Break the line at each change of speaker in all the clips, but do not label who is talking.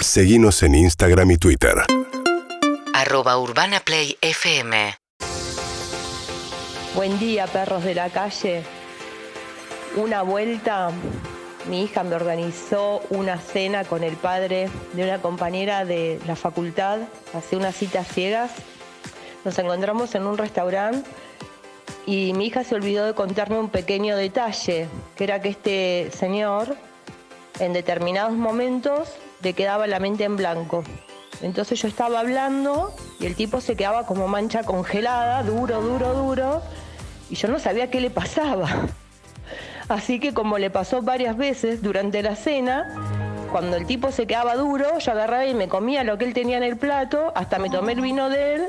Seguimos en Instagram y Twitter.
arroba urbanaplayfm
Buen día, perros de la calle. Una vuelta, mi hija me organizó una cena con el padre de una compañera de la facultad, hace unas citas ciegas. Nos encontramos en un restaurante y mi hija se olvidó de contarme un pequeño detalle, que era que este señor en determinados momentos le quedaba la mente en blanco. Entonces yo estaba hablando y el tipo se quedaba como mancha congelada, duro, duro, duro, y yo no sabía qué le pasaba. Así que como le pasó varias veces durante la cena, cuando el tipo se quedaba duro, yo agarraba y me comía lo que él tenía en el plato, hasta me tomé el vino de él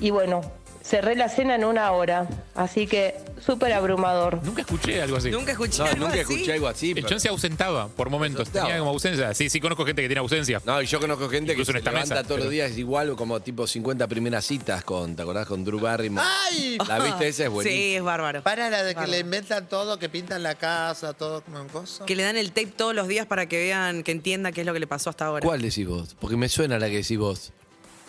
y bueno, cerré la cena en una hora. Así que súper abrumador.
Nunca escuché algo así.
Nunca escuché
No,
algo
nunca
así.
escuché algo así.
El
pero-
chon se ausentaba por momentos.
Ausentaba.
Tenía como ausencia. Sí, sí, conozco gente que tiene ausencia.
No, y yo conozco gente
Incluso en
que se
esta
levanta
mesa,
todos
pero-
los días igual como tipo 50 primeras citas con, ¿te acordás? Con Drew Barrymore. ¡Ay! La viste esa es buenísima.
Sí, es bárbaro.
Para la de que
Bárbaro.
le inventan todo, que pintan la casa, todo como un coso.
Que le dan el tape todos los días para que vean, que entiendan qué es lo que le pasó hasta ahora.
¿Cuál decís vos? Porque me suena la que decís vos.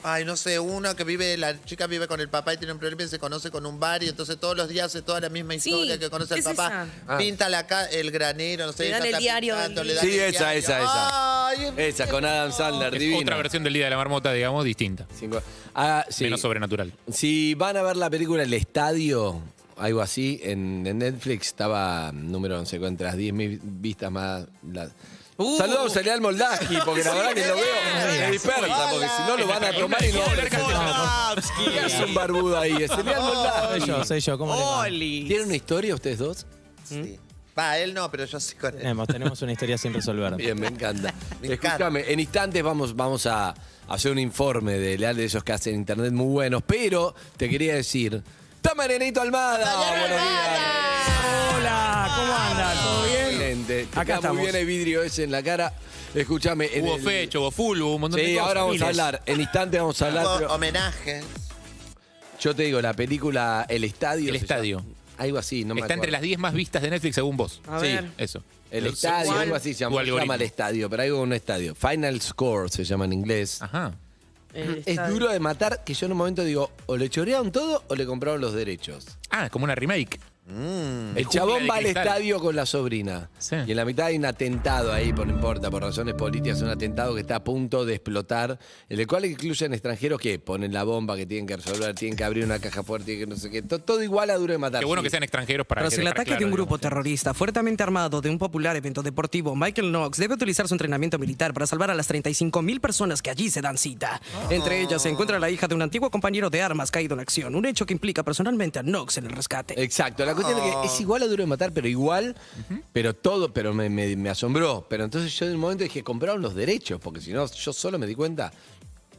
Ay, no sé, uno que vive, la chica vive con el papá y tiene un problema y se conoce con un bar y entonces todos los días hace toda la misma
Sí,
historia que conoce al
es
papá.
esa.
Ah.
Pinta la ca- el granero, no sé.
Le dan
ya
el
está
diario del
pintando, le
día.
dan
Sí,
el
esa,
diario.
esa, esa.
Ay, es
Esa, con Adam Sandler,
Es
divina.
otra versión del Día de la Marmota, digamos, distinta.
Cinco- Ah, sí.
Menos sobrenatural.
Si van a ver la película El Estadio, algo así, en, en Netflix estaba mm, número 11, entre las 10.000 vistas más. la-
Uh.
Saludos a Leal Moldaski, porque la verdad que lo veo, me dispersa, porque si no lo van a tomar y no van a ¿Qué hace un barbudo ahí? Es Leal Moldavsky.
Soy yo, soy yo. ¿Cómo le
Oh.
va?
¡Oli!
¿Tienen una historia ustedes dos?
Sí. Va, él no, pero yo sí con
Em,
él.
Tenemos, tenemos una historia sin resolver.
Bien, me encanta.
Me
Escúchame, en instantes vamos, vamos a hacer un informe de Leal de esos que hacen internet muy buenos, pero te quería decir. ¡Toma Nenito Almada! ¡Buenos días!
Hola, ¿cómo andan? ¿Todo
Excelente. Te
Acá
queda
estamos.
muy bien el vidrio ese en la cara. Escúchame. en
Hubo
el-
fecho, hubo full, hubo un montón de
Sí,
cosas.
ahora vamos a
Miles.
hablar. En instantes vamos a hablar.
Hubo
pero
homenajes.
yo te digo, la película El Estadio.
El
se llama.
Estadio.
Algo así, no me
Está entre
acuerdo.
las 10 más vistas de Netflix según vos.
A
Sí.
ver.
Eso.
El
Pero
estadio,
¿cuál?
algo así se
Tu
llama, se
algoritmo.
llama el estadio, pero algo con un estadio. Final score se llama en inglés.
Ajá.
el
Es
estadio.
duro de matar que yo en un momento digo, o le chorearon todo o le compraron los derechos.
Ah, como una remake. Es
El
jungla
chabón
de
va al
cristal.
estadio con la sobrina.
Sí.
Y en la mitad hay un atentado ahí, por no importa, por razones políticas, un atentado que está a punto de explotar, en el cual incluyen extranjeros que ponen la bomba, que tienen que resolver, tienen que abrir una caja fuerte, que no sé qué. To- Todo, igual a duro de matar.
Qué bueno
Sí.
que sean extranjeros para
Tras
que-
el
para
ataque
claro,
de un
digamos.
grupo terrorista fuertemente armado de un popular evento deportivo, Michael Knox debe utilizar su entrenamiento militar para salvar a las 35.000 personas que allí se dan cita. Entre
Oh.
ellas se encuentra la hija de un antiguo compañero de armas caído en acción, un hecho que implica personalmente a Knox en el rescate.
Exacto, la cuestión es que es igual a Duro de Matar, pero igual, pero todo, pero me, me- me asombró. Pero entonces yo en un momento dije, compraron los derechos, porque si no, yo solo me di cuenta,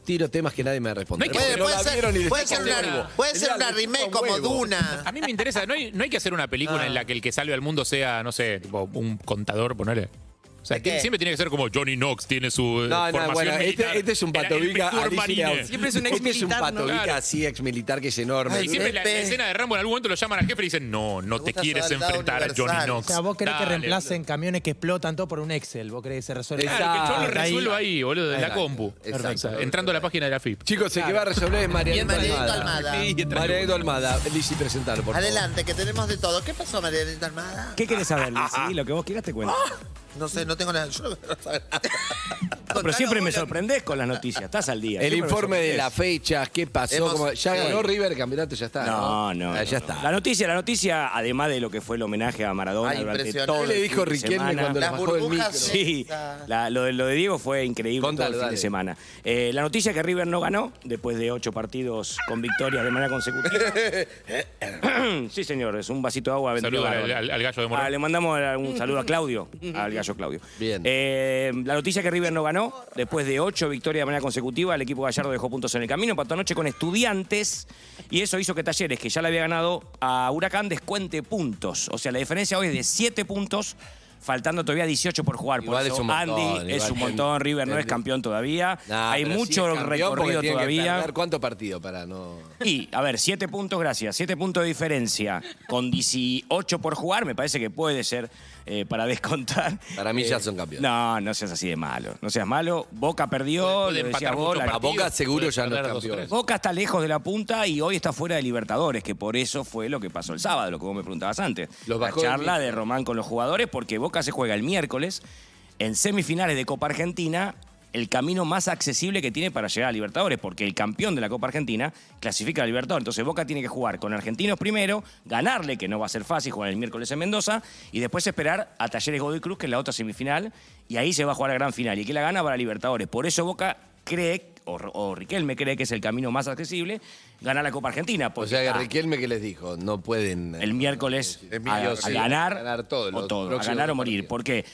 tiro temas que nadie me responde.
No hay que-
Puede,
Pero
puede
la vieron y
ser,
les
puede
chupa
ser
un huevo.
una, puede ser
Mirá,
una
les chupa
remake
un
como
huevo.
Duna.
A mí me interesa, no hay, no hay que hacer una película en la que el que salve al mundo sea, no sé, tipo un contador, ponele. O sea,
¿De qué?
ti- siempre tiene que ser como Johnny Knox tiene su eh,
No, no,
formación
bueno, este,
militar.
este es un
Era el
patovica.
mejor marine.
Siempre es un
Este es un
exmilitar, ¿no?
patovica
Claro.
así, ex militar, que es enorme.
Y siempre la, la
Pepe.
escena de Rambo en algún momento lo llaman al jefe y le dicen, no, no
Me
te
gusta
quieres
soldado
enfrentar a
universal.
Johnny
O
Knox.
sea, vos querés que
Dale,
reemplacen camiones que explotan todo por un Excel. Vos querés que se resuelva.
Exacto.
Claro, que yo lo
Está
ahí.
resuelvo ahí, boludo, en la
Exacto,
compu.
exacto.
O sea, entrando a la página de la FIP.
Chicos, el que va a resolver es Marianito
Marianito
Almada.
Almada.
Marianito Almada. Lizzy, presentalo, por favor.
Adelante, que tenemos de todo. ¿Qué pasó, Marianita Armada?
¿Qué querés saber,
Ah,
Lizzy? Lo que vos quieras te cuento.
No sé, no tengo nada. Yo no quiero saber nada.
No, pero siempre me sorprendés con las noticias. Estás al día.
El
Siempre me
informe de
sorprendés.
la fecha, qué pasó.
Hemos-
cómo- ya ganó eh, River el campeonato, ya está.
No, no.
Ah,
no,
ya
no.
está.
La noticia, la noticia, además de lo que fue el homenaje a Maradona
Ay,
durante
Ah, impresionante.
todo
¿Qué le
el
dijo
fin de
Riquelme
semana.
cuando le
Las
bajó el micro?
burbujas se-
Sí, la- lo, de, lo de Diego fue increíble
Contalo,
todo el fin
dale.
de semana. Eh, la noticia que River no ganó después de ocho partidos con victorias de manera consecutiva. sí, señores, un vasito de agua. vendió
Saludo al,
bárbaro.
al- al gallo de
Ah,
Morón.
le mandamos un saludo a Claudio, al gallo Claudio.
Bien.
Eh, la noticia que River no ganó, después de ocho victorias de manera consecutiva, el equipo gallardo dejó puntos en el camino, empató anoche con estudiantes y eso hizo que Talleres, que ya le había ganado a Huracán, descuente puntos. O sea, la diferencia hoy es de siete puntos. Faltando todavía 18 por jugar. Por
Igual
eso
es un montón,
Andy es
igual.
un montón. River no es
Entendí.
campeón todavía.
Nah,
Hay
pero sí
mucho
es campeón porque
recorrido
tiene que
todavía.
perder. ¿Cuánto partido para no...?
Y, a ver, siete puntos, gracias. Siete puntos de diferencia con 18 por jugar, me parece que puede ser eh, para descontar.
Para mí
Eh,
ya son campeones.
No, no seas así de malo. No seas malo. Boca perdió,
Puede- puede
lo decías
empatar
vos,
muchos
la-
A
partidos,
Boca seguro
puede
ya no es
perder dos o
campeón.
tres.
Boca está lejos de la punta y hoy está fuera de Libertadores, que por eso fue lo que pasó el sábado, lo que vos me preguntabas antes.
Los
la
bajó
charla
del-
de Román con los jugadores, porque Boca se juega el miércoles en semifinales de Copa Argentina, el camino más accesible que tiene para llegar a Libertadores, porque el campeón de la Copa Argentina clasifica a Libertadores. Entonces Boca tiene que jugar con Argentinos primero, ganarle, que no va a ser fácil jugar el miércoles en Mendoza, y después esperar a Talleres Godoy Cruz, que es la otra semifinal, y ahí se va a jugar la gran final. Y que la gana para Libertadores. Por eso Boca cree o, o Riquelme cree que es el camino más accesible, ganar la Copa Argentina.
O
porque
sea, que
está
Riquelme que les dijo, no pueden... eh,
el miércoles
Es
a,
mío,
a
sí.
ganar,
Ganar todo,
o
los
todo, a
próximos
ganar o morir.
partidos.
¿Por qué?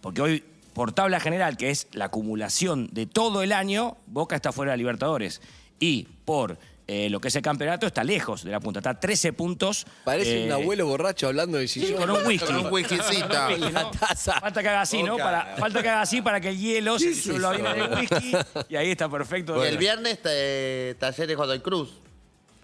Porque hoy, por tabla general, que es la acumulación de todo el año, Boca está fuera de Libertadores. Y por eh, lo que es el campeonato, está lejos de la punta. Está 13 puntos.
Parece
eh,
un abuelo borracho hablando de
Sí,
sillón.
con un whisky.
Con un whiskycito.
Con un whisky, ¿no?
taza.
Falta que haga así, ¿no?
Boca.
Para, falta que haga así para que el hielo se
es
disuelva bien en el whisky. Y ahí está perfecto.
Y el viernes eh, Talleres Godoy Cruz.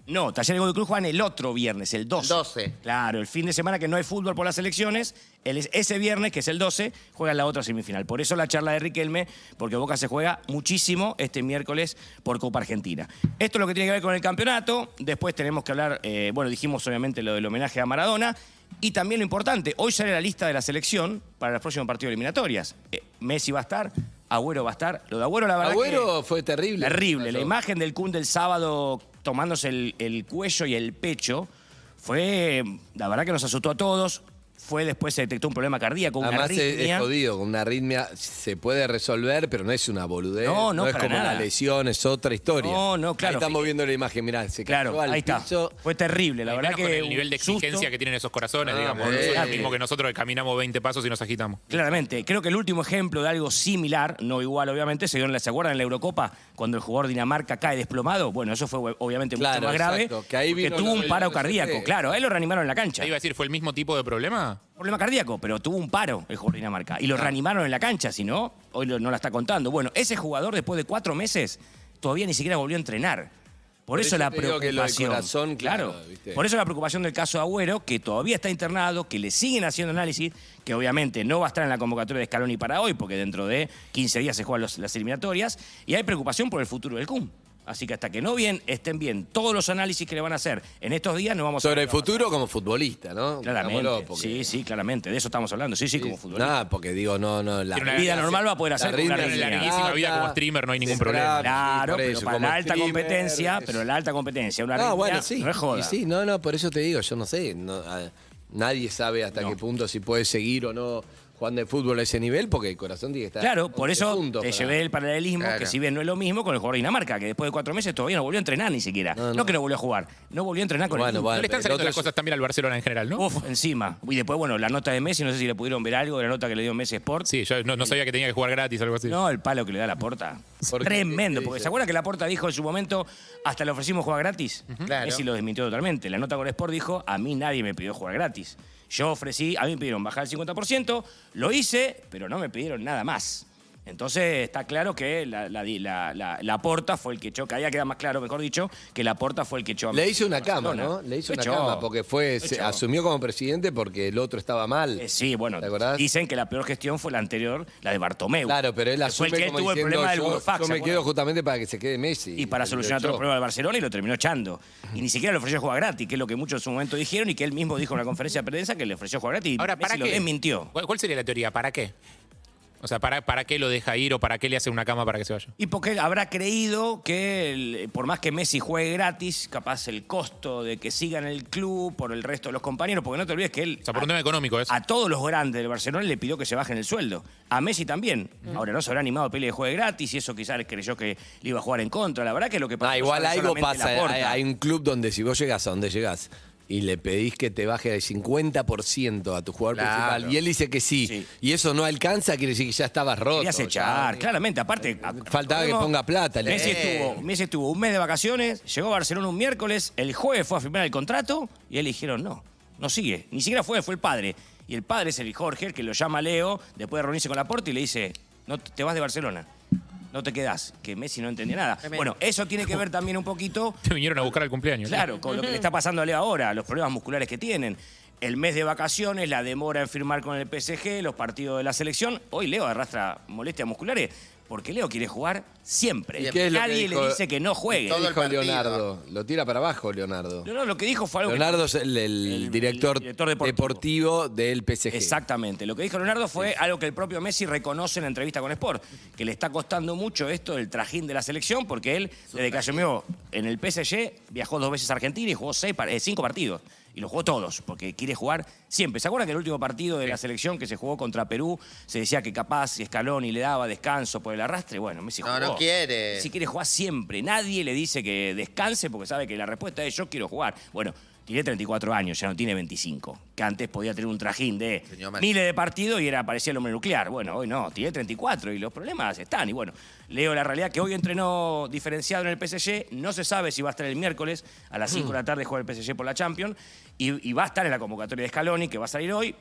No, Talleres Godoy Cruz juegan el otro viernes, el 12.
El 12.
Claro, el fin de semana que no hay fútbol por las elecciones, el- ese viernes, que es el 12, juegan la otra semifinal. Por eso la charla de Riquelme, porque Boca se juega muchísimo este miércoles por Copa Argentina. Esto es lo que tiene que ver con el campeonato. Después tenemos que hablar, eh, bueno, dijimos obviamente lo del homenaje a Maradona. Y también lo importante, hoy sale la lista de la selección para los próximos partidos eliminatorias. Eh, Messi va a estar, Agüero va a estar. Lo de Agüero, la verdad que...
Agüero fue terrible.
Terrible. La
Pasó.
imagen del Kun del sábado tomándose el, el cuello y el pecho fue, la verdad que nos asustó a todos. Fue después se detectó un problema cardíaco, una
Además eh, es, es
arritmia.
jodido, con una arritmia se puede resolver, pero no es una boludez.
No, no,
es
para
como
nada.
una lesión, es otra historia.
No, no, claro.
Ahí estamos viendo la imagen, mirá, se cayó
Claro,
al
ahí está.
piso.
Fue terrible, la
Y
verdad
menos
que
con el nivel de
un susto.
exigencia que tienen esos corazones,
Ah,
digamos. No es
eh.
lo mismo que nosotros que caminamos 20 pasos y nos agitamos.
Claramente, creo que el último ejemplo de algo similar, no igual obviamente, se dio en la, ¿se acuerdan? En la Eurocopa, cuando el jugador Dinamarca cae desplomado. Bueno, eso fue obviamente
Claro,
mucho más grave,
exacto, que ahí
porque
vino
tuvo
lo
un
del
paro
RCP.
cardíaco. Claro, a él lo reanimaron en la cancha.
Te iba a decir, ¿fue el mismo tipo de problema?
problema cardíaco, pero tuvo un paro el jugador de Dinamarca. Y lo reanimaron en la cancha, si no, hoy lo- no la está contando. Bueno, ese jugador después de cuatro meses todavía ni siquiera volvió a entrenar. Por
Por
eso,
eso
la
te digo que lo del
preocupación.
corazón, claro, ¿viste?
Por eso la preocupación del caso Agüero, que todavía está internado, que le siguen haciendo análisis, que obviamente no va a estar en la convocatoria de Scaloni para hoy, porque dentro de 15 días se juegan los- las eliminatorias. Y hay preocupación por el futuro del CUM. Así que hasta que no bien, estén bien todos los análisis que le van a hacer en estos días, no vamos a
Sobre
saber qué
el
va a pasar.
futuro como futbolista, ¿no?
Claramente.
Digámoslo, porque-
Sí, sí, claramente. De eso estamos hablando. Sí, sí, como futbolista.
Nada, porque digo, no, no. La
Tiene una
vida normal va a poder
la
hacer con
ritmo
una
de
arritmia.
larguísima vida como streamer, no hay ningún
Se
problema.
Claro,
sí, por
pero
eso,
para
como
la alta
streamer,
competencia,
es-
pero la alta competencia, una
No,
realidad,
bueno, sí.
no es joda.
Y sí, no, no, por eso te digo, yo no sé. no, a- nadie sabe hasta qué punto si puede seguir o no jugando de fútbol a ese nivel, porque el corazón tiene que estar.
Claro, por
11
eso
puntos
te
para-
llevé el paralelismo, que
Claro.
si bien no es lo mismo con el jugador de Dinamarca, que después de cuatro meses todavía no volvió a entrenar ni siquiera. No, que no volvió a jugar, no volvió a entrenar con
Bueno,
el
No
bueno,
le están
el
saliendo
otro
las
es-
cosas también al Barcelona en general, ¿no?
Uf, encima. Y después, bueno, la nota de Messi, no sé si le pudieron ver algo de la nota que le dio Messi Sport.
Sí, yo no, no sabía que tenía que jugar gratis o algo así.
No, el palo que le da la porta.
¿Por qué?
Tremendo.
¿Qué
Porque
dice?
¿se acuerda que la porta dijo en su momento, hasta le ofrecimos jugar gratis?
Claro.
Messi lo desmintió totalmente. La nota con Sport dijo, a mí nadie me pidió jugar gratis. Yo ofrecí, a mí me pidieron bajar el 50%, lo hice, pero no me pidieron nada más. Entonces está claro que la, la, la- la- la porta fue el que echó, que había quedado más claro, mejor dicho, que la porta fue el que echó a
Le
Messi
hizo una
a
cama, ¿no?
Barcelona.
Le hizo
Lo
una
echó.
cama, porque fue,
Lo
se
echó.
asumió como presidente porque el otro estaba mal.
Eh, sí, bueno,
¿Te acordás?
dicen que la peor gestión fue la anterior, la de Bartomeu.
Claro, pero él
que fue
asume
el que
como
tuvo el
diciendo,
problema del
yo-
Burofax.
yo,
¿se
me
acuerda?
quedo justamente para que se quede Messi.
Y para
Lo
solucionar todos
echó.
los problemas del Barcelona y lo terminó echando. Y ni siquiera le ofreció jugar gratis, que es lo que muchos en su momento dijeron y que él mismo dijo en la conferencia de prensa que le ofreció jugar gratis. Y
Ahora,
Messi
¿para
lo
qué?
desmintió.
¿Cuál, cuál sería la teoría? ¿Para qué? O sea, ¿para, ¿para qué lo deja ir o para qué le hace una cama para que se vaya?
Y porque él habrá creído que el- por más que Messi juegue gratis, capaz el costo de que siga en el club por el resto de los compañeros, porque no te olvides que él
O sea, por un tema económico es.
Ah,
a todos los grandes del Barcelona le pidió que se bajen el sueldo. A Messi también. Ahora no se habrá animado a pedirle que juegue gratis y eso quizás creyó que le iba a jugar en contra. La verdad que lo que pasó
Ah, igual
fue
algo
solamente
pasa. eh,
la porta.
Hay, hay un club donde si vos llegás a donde llegás y le pedís que te baje de 50% a tu jugador
Claro.
principal y él dice que sí,
Sí.
y eso no alcanza, quiere decir que ya estabas roto.
Querías
ya.
echar, claramente. Aparte, a-
Faltaba que
recordemos,
ponga plata, le-
Messi,
Eh.
estuvo, Messi estuvo un mes de vacaciones, llegó a Barcelona un miércoles, el jueves fue a firmar el contrato y él le dijeron no, no sigue. Ni siquiera fue, fue el padre. Y el padre es el Jorge, el que lo llama Leo, después de reunirse con Laporte y le dice, no te te vas de Barcelona. No te quedás, que Messi no entendía nada. Bueno, eso tiene que ver también un poquito
Te vinieron a buscar al cumpleaños.
Claro, con lo que le está pasando a Leo ahora, los problemas musculares que tienen. el mes de vacaciones, la demora en firmar con el PSG, los partidos de la selección. Hoy Leo arrastra molestias musculares porque Leo quiere jugar siempre.
¿Y qué es lo que
Nadie
dijo-
le dice que no juegue.
Todo
Todo el
dijo
partido.
Leonardo. Lo tira para abajo, Leonardo.
No, no, lo que dijo fue algo que-
Leonardo es el, el
El-
director,
el director
deportivo.
deportivo.
del PSG.
Exactamente. Lo que dijo Leonardo fue algo que el propio Messi reconoce en la entrevista con Sport, que le está costando mucho esto del trajín de la selección, porque él, desde que asumió en el PSG, viajó dos veces a Argentina y jugó seis, par- eh, cinco partidos. Y los jugó todos, porque quiere jugar siempre. ¿Se acuerdan que el último partido de la selección que se jugó contra Perú se decía que capaz Scaloni le daba descanso por el arrastre? Bueno, Messi
No,
jugó.
no quiere.
Messi quiere jugar siempre. Nadie le dice que descanse porque sabe que la respuesta es yo quiero jugar. Bueno, tiene 34 años, ya no tiene 25. Que antes podía tener un trajín de
Señor Messi.
eh, miles de partidos y era parecía el hombre nuclear. Bueno, hoy no, tiene 34 y los problemas están. Y bueno, leo la realidad que hoy entrenó diferenciado en el PSG. No se sabe si va a estar el miércoles a las 5 de la
Mm.
tarde juega el PSG por la Champions. Y, y va a estar en la convocatoria de Scaloni, que va a salir hoy.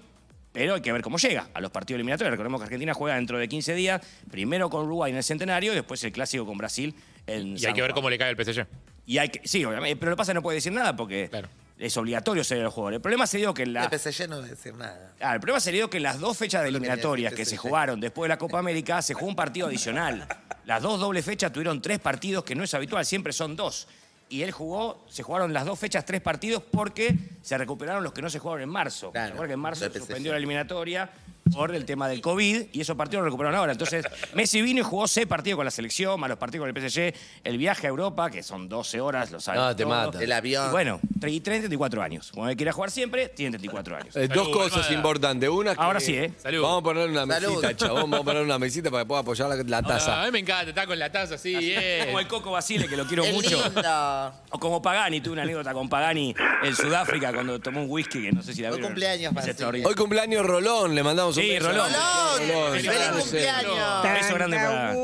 Pero hay que ver cómo llega a los partidos eliminatorios. Recordemos que Argentina juega dentro de 15 días, primero con Uruguay en el Centenario y después el Clásico con Brasil en
Y hay
San
que ver
Juan.
cómo le cae el PSG.
Y hay que, sí, obviamente, pero lo que pasa es que no puede decir nada porque
Claro.
es obligatorio ser el jugador. El problema se dio que en la,
El PSG no va a decir nada.
Ah, el problema sería que en las dos fechas de
Lo que
eliminatorias
quería
que
decir,
se
sí.
jugaron después de la Copa América, se jugó un partido adicional. Las dos dobles fechas tuvieron tres partidos, que no es habitual, siempre son dos. Y él jugó, se jugaron las dos fechas tres partidos porque se recuperaron los que no se jugaron en marzo.
Claro,
Recuerda que en marzo
del
se
PSG.
suspendió la eliminatoria por el tema del COVID y esos partidos los recuperaron ahora. Entonces, Messi vino y jugó seis partidos con la selección, más los partidos con el PSG, el viaje a Europa, que son 12 horas, lo sabemos.
No, te
todos.
mata.
El avión.
Y bueno, y 34 años. Como él quiera jugar siempre, tiene 34 años.
Eh, dos
Salud,
cosas
Almada.
importantes. Una es que-
Ahora sí, ¿eh?
Salud.
Vamos a poner una
Salud.
mesita, chabón. Vamos a poner una mesita para que pueda apoyar la, la
Ah,
taza.
a mí me encanta, está con la taza así, eh.
Como el Coco Basile, que lo quiero
Es
mucho.
lindo.
O como Pagani, tuve una anécdota con Pagani en Sudáfrica cuando tomó un whisky que no sé si la
Hoy
vieron.
cumpleaños,
Es
Basile.
extraordinario.
Hoy cumpleaños Rolón, le mandamos un
Sí,
beso.
Rolón.
¡Rolón!
Rolón,
¡Feliz
Rolón.
cumpleaños!
Un beso grande para-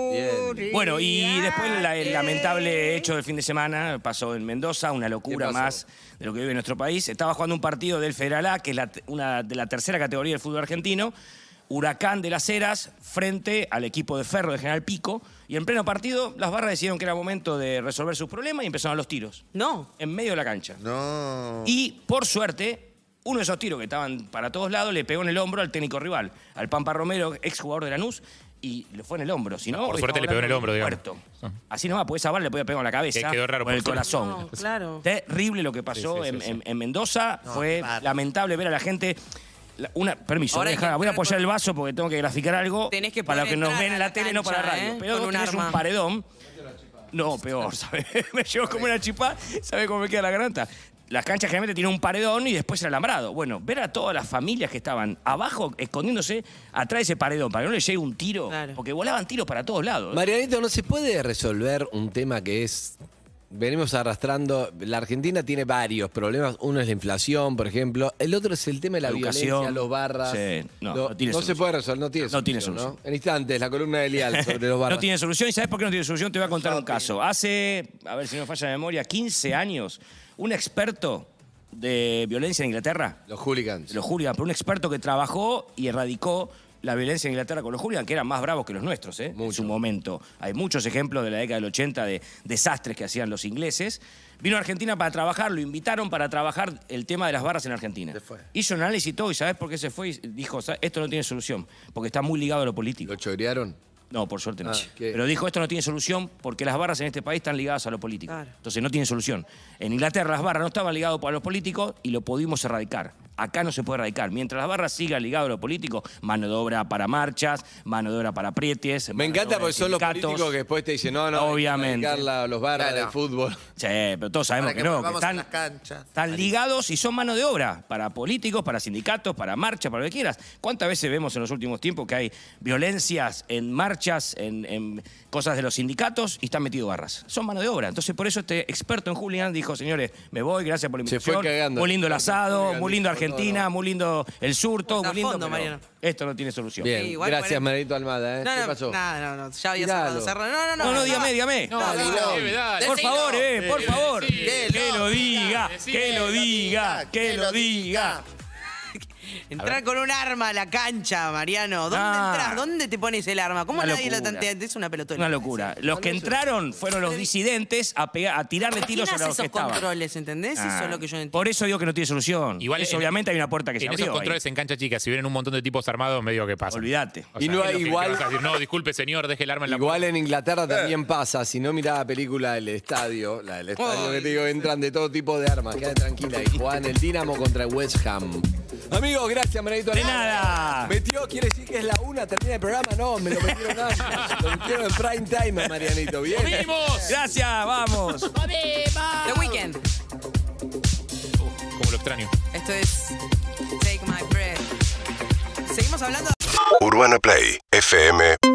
Bueno, y después la- el lamentable hecho del fin de semana pasó en Mendoza, una locura
¿Qué pasó?
más de lo que vive nuestro país. Estaba jugando un partido del Federal A, que es la, te- una de la tercera categoría del fútbol argentino. Huracán de las Heras frente al equipo de Ferro de General Pico. Y en pleno partido, las barras decidieron que era momento de resolver sus problemas y empezaron los tiros.
No.
En medio de la cancha.
No.
Y por suerte, uno de esos tiros que estaban para todos lados le pegó en el hombro al técnico rival, al Pampa Romero, ex jugador de Lanús, y le fue en el hombro. Si no,
Por
hoy
suerte le pegó
estamos
en el
hablando
hombro,
de un
digamos.
muerto. Ah. Así nomás, porque esa bala le podía pegar en la cabeza.
Que quedó raro,
o en el
por
corazón.
No, claro.
Terrible lo que pasó
Sí, sí, sí,
en,
sí.
en- en Mendoza. fue
par-
lamentable ver a la gente. la- una, permiso,
Ahora
voy a
hay
dejar-
que
voy a
entrar
apoyar
con-
el vaso porque tengo que graficar algo
Tenés que
para los
poder
que nos
entrar
ven
a
en
la
la tele, no para
cancha,
radio.
¿eh?
Pero
Con
vos
un
tenés un
arma.
paredón. No, peor, ¿sabes? me llevo como una chipá, ¿sabes cómo me queda la garganta? Las canchas generalmente tienen un paredón y después el alambrado. Bueno, ver a todas las familias que estaban abajo, escondiéndose atrás de ese paredón, para que no les llegue un tiro,
Claro.
porque volaban tiros para todos lados. ¿eh?
Marianito, ¿no se puede resolver un tema que es... Venimos arrastrando, la Argentina tiene varios problemas. Uno es la inflación, por ejemplo. El otro es el tema de la
Educación.
violencia, los barras.
Sí, no,
Lo-
no tiene
se
solución.
puede resolver, no tiene
No tiene
¿no? En instantes, la columna de Lial sobre los barras.
No tiene solución. ¿Y sabes por qué no tiene solución? Te voy a contar un caso. Hace, a ver si no me falla la memoria, 15 años, un experto de violencia en Inglaterra,
Los hooligans.
de los hooligans, pero un experto que trabajó y erradicó la violencia en Inglaterra con los hooligans, que eran más bravos que los nuestros, ¿eh? en su momento. Hay muchos ejemplos de la década del 80 de desastres que hacían los ingleses. Vino a Argentina para trabajar, lo invitaron para trabajar el tema de las barras en Argentina. Hizo un análisis y todo, y ¿sabes por qué se fue? Y dijo, "Sa- esto no tiene solución, porque está muy ligado a lo político.
¿Lo chorearon?
No, por suerte no.
Ah, ¿qué?
Pero dijo, esto no tiene solución porque las barras en este país están ligadas a lo político.
Claro.
Entonces no tiene solución. En Inglaterra las barras no estaban ligadas a los políticos y lo pudimos erradicar. Acá no se puede erradicar. Mientras las barras sigan ligadas a lo político, mano de obra para marchas, mano de obra para prietes.
Me encanta porque son los políticos que después te dicen, no, no, hay que
Obviamente.
erradicar la- los barras
Claro.
del fútbol.
Sí, pero todos sabemos
Para
que,
que
no. que
volvamos a
están,
las canchas.
están ligados y son mano de obra para políticos, para sindicatos, para marchas, para lo que quieras. ¿Cuántas veces vemos en los últimos tiempos que hay violencias en marchas, en, en cosas de los sindicatos y están metidos barras? Son mano de obra. Entonces, por eso este experto en Julián dijo, señores, me voy, gracias por la
Se fue
invitación.
cagando.
Muy lindo el asado,
Julián
muy lindo
dijo, no,
Argentina,
no.
muy lindo el surto,
Está
muy lindo.
a fondo,
pero
Mariano.
esto no tiene solución.
Bien,
igual
gracias,
cuarenta-
Marito Almada. ¿eh?
No,
¿Qué
no,
pasó?
no, no, ya había
Tiralo.
cerrado, cerrado. No, no, no.
No, no,
no.
dígame, dígame.
No, dilo.
dime, dale.
Por
Decilo.
favor, eh, por
Decilo,
favor.
decilo.
Que lo diga,
Decilo,
que lo diga, que lo diga. Entrar con un arma a la cancha, Mariano. ¿Dónde
Ah.
entras? ¿Dónde te pones el arma? ¿Cómo
Una
nadie lo
locura.
tantea? Es una pelotona.
Una locura. Los que entraron fueron los disidentes a, pega- a tirarle tiros a
Imaginás
los que
esos
estaban.
controles, ¿entendés? Eso Eh,
Ah.
es lo que yo no entiendo.
Por eso digo que no tiene solución.
Igual
Igual eso,
en-
obviamente hay una puerta que se
en
abrió.
esos
ahí.
controles en cancha chica, si vienen un montón de tipos armados, medio que pasa.
Olvídate.
Y no hay igual-
no, disculpe, señor, deje el arma en la
Igual en Inglaterra también pasa, si no mirá la película del estadio, la del estadio que te digo, entran de todo tipo de armas, quédate tranquila y juegan el Dinamo contra el West Ham. Amigos, gracias, Maradito.
De nada.
Metió, quiere decir que es la una, termina el programa, no, me lo metieron nada. Lo metieron en prime time, a Marianito, bien.
¡Vimos!
Gracias, vamos.
The Weeknd.
Como lo extraño.
Esto es Take My Breath. Seguimos hablando
Urbana Play fm.com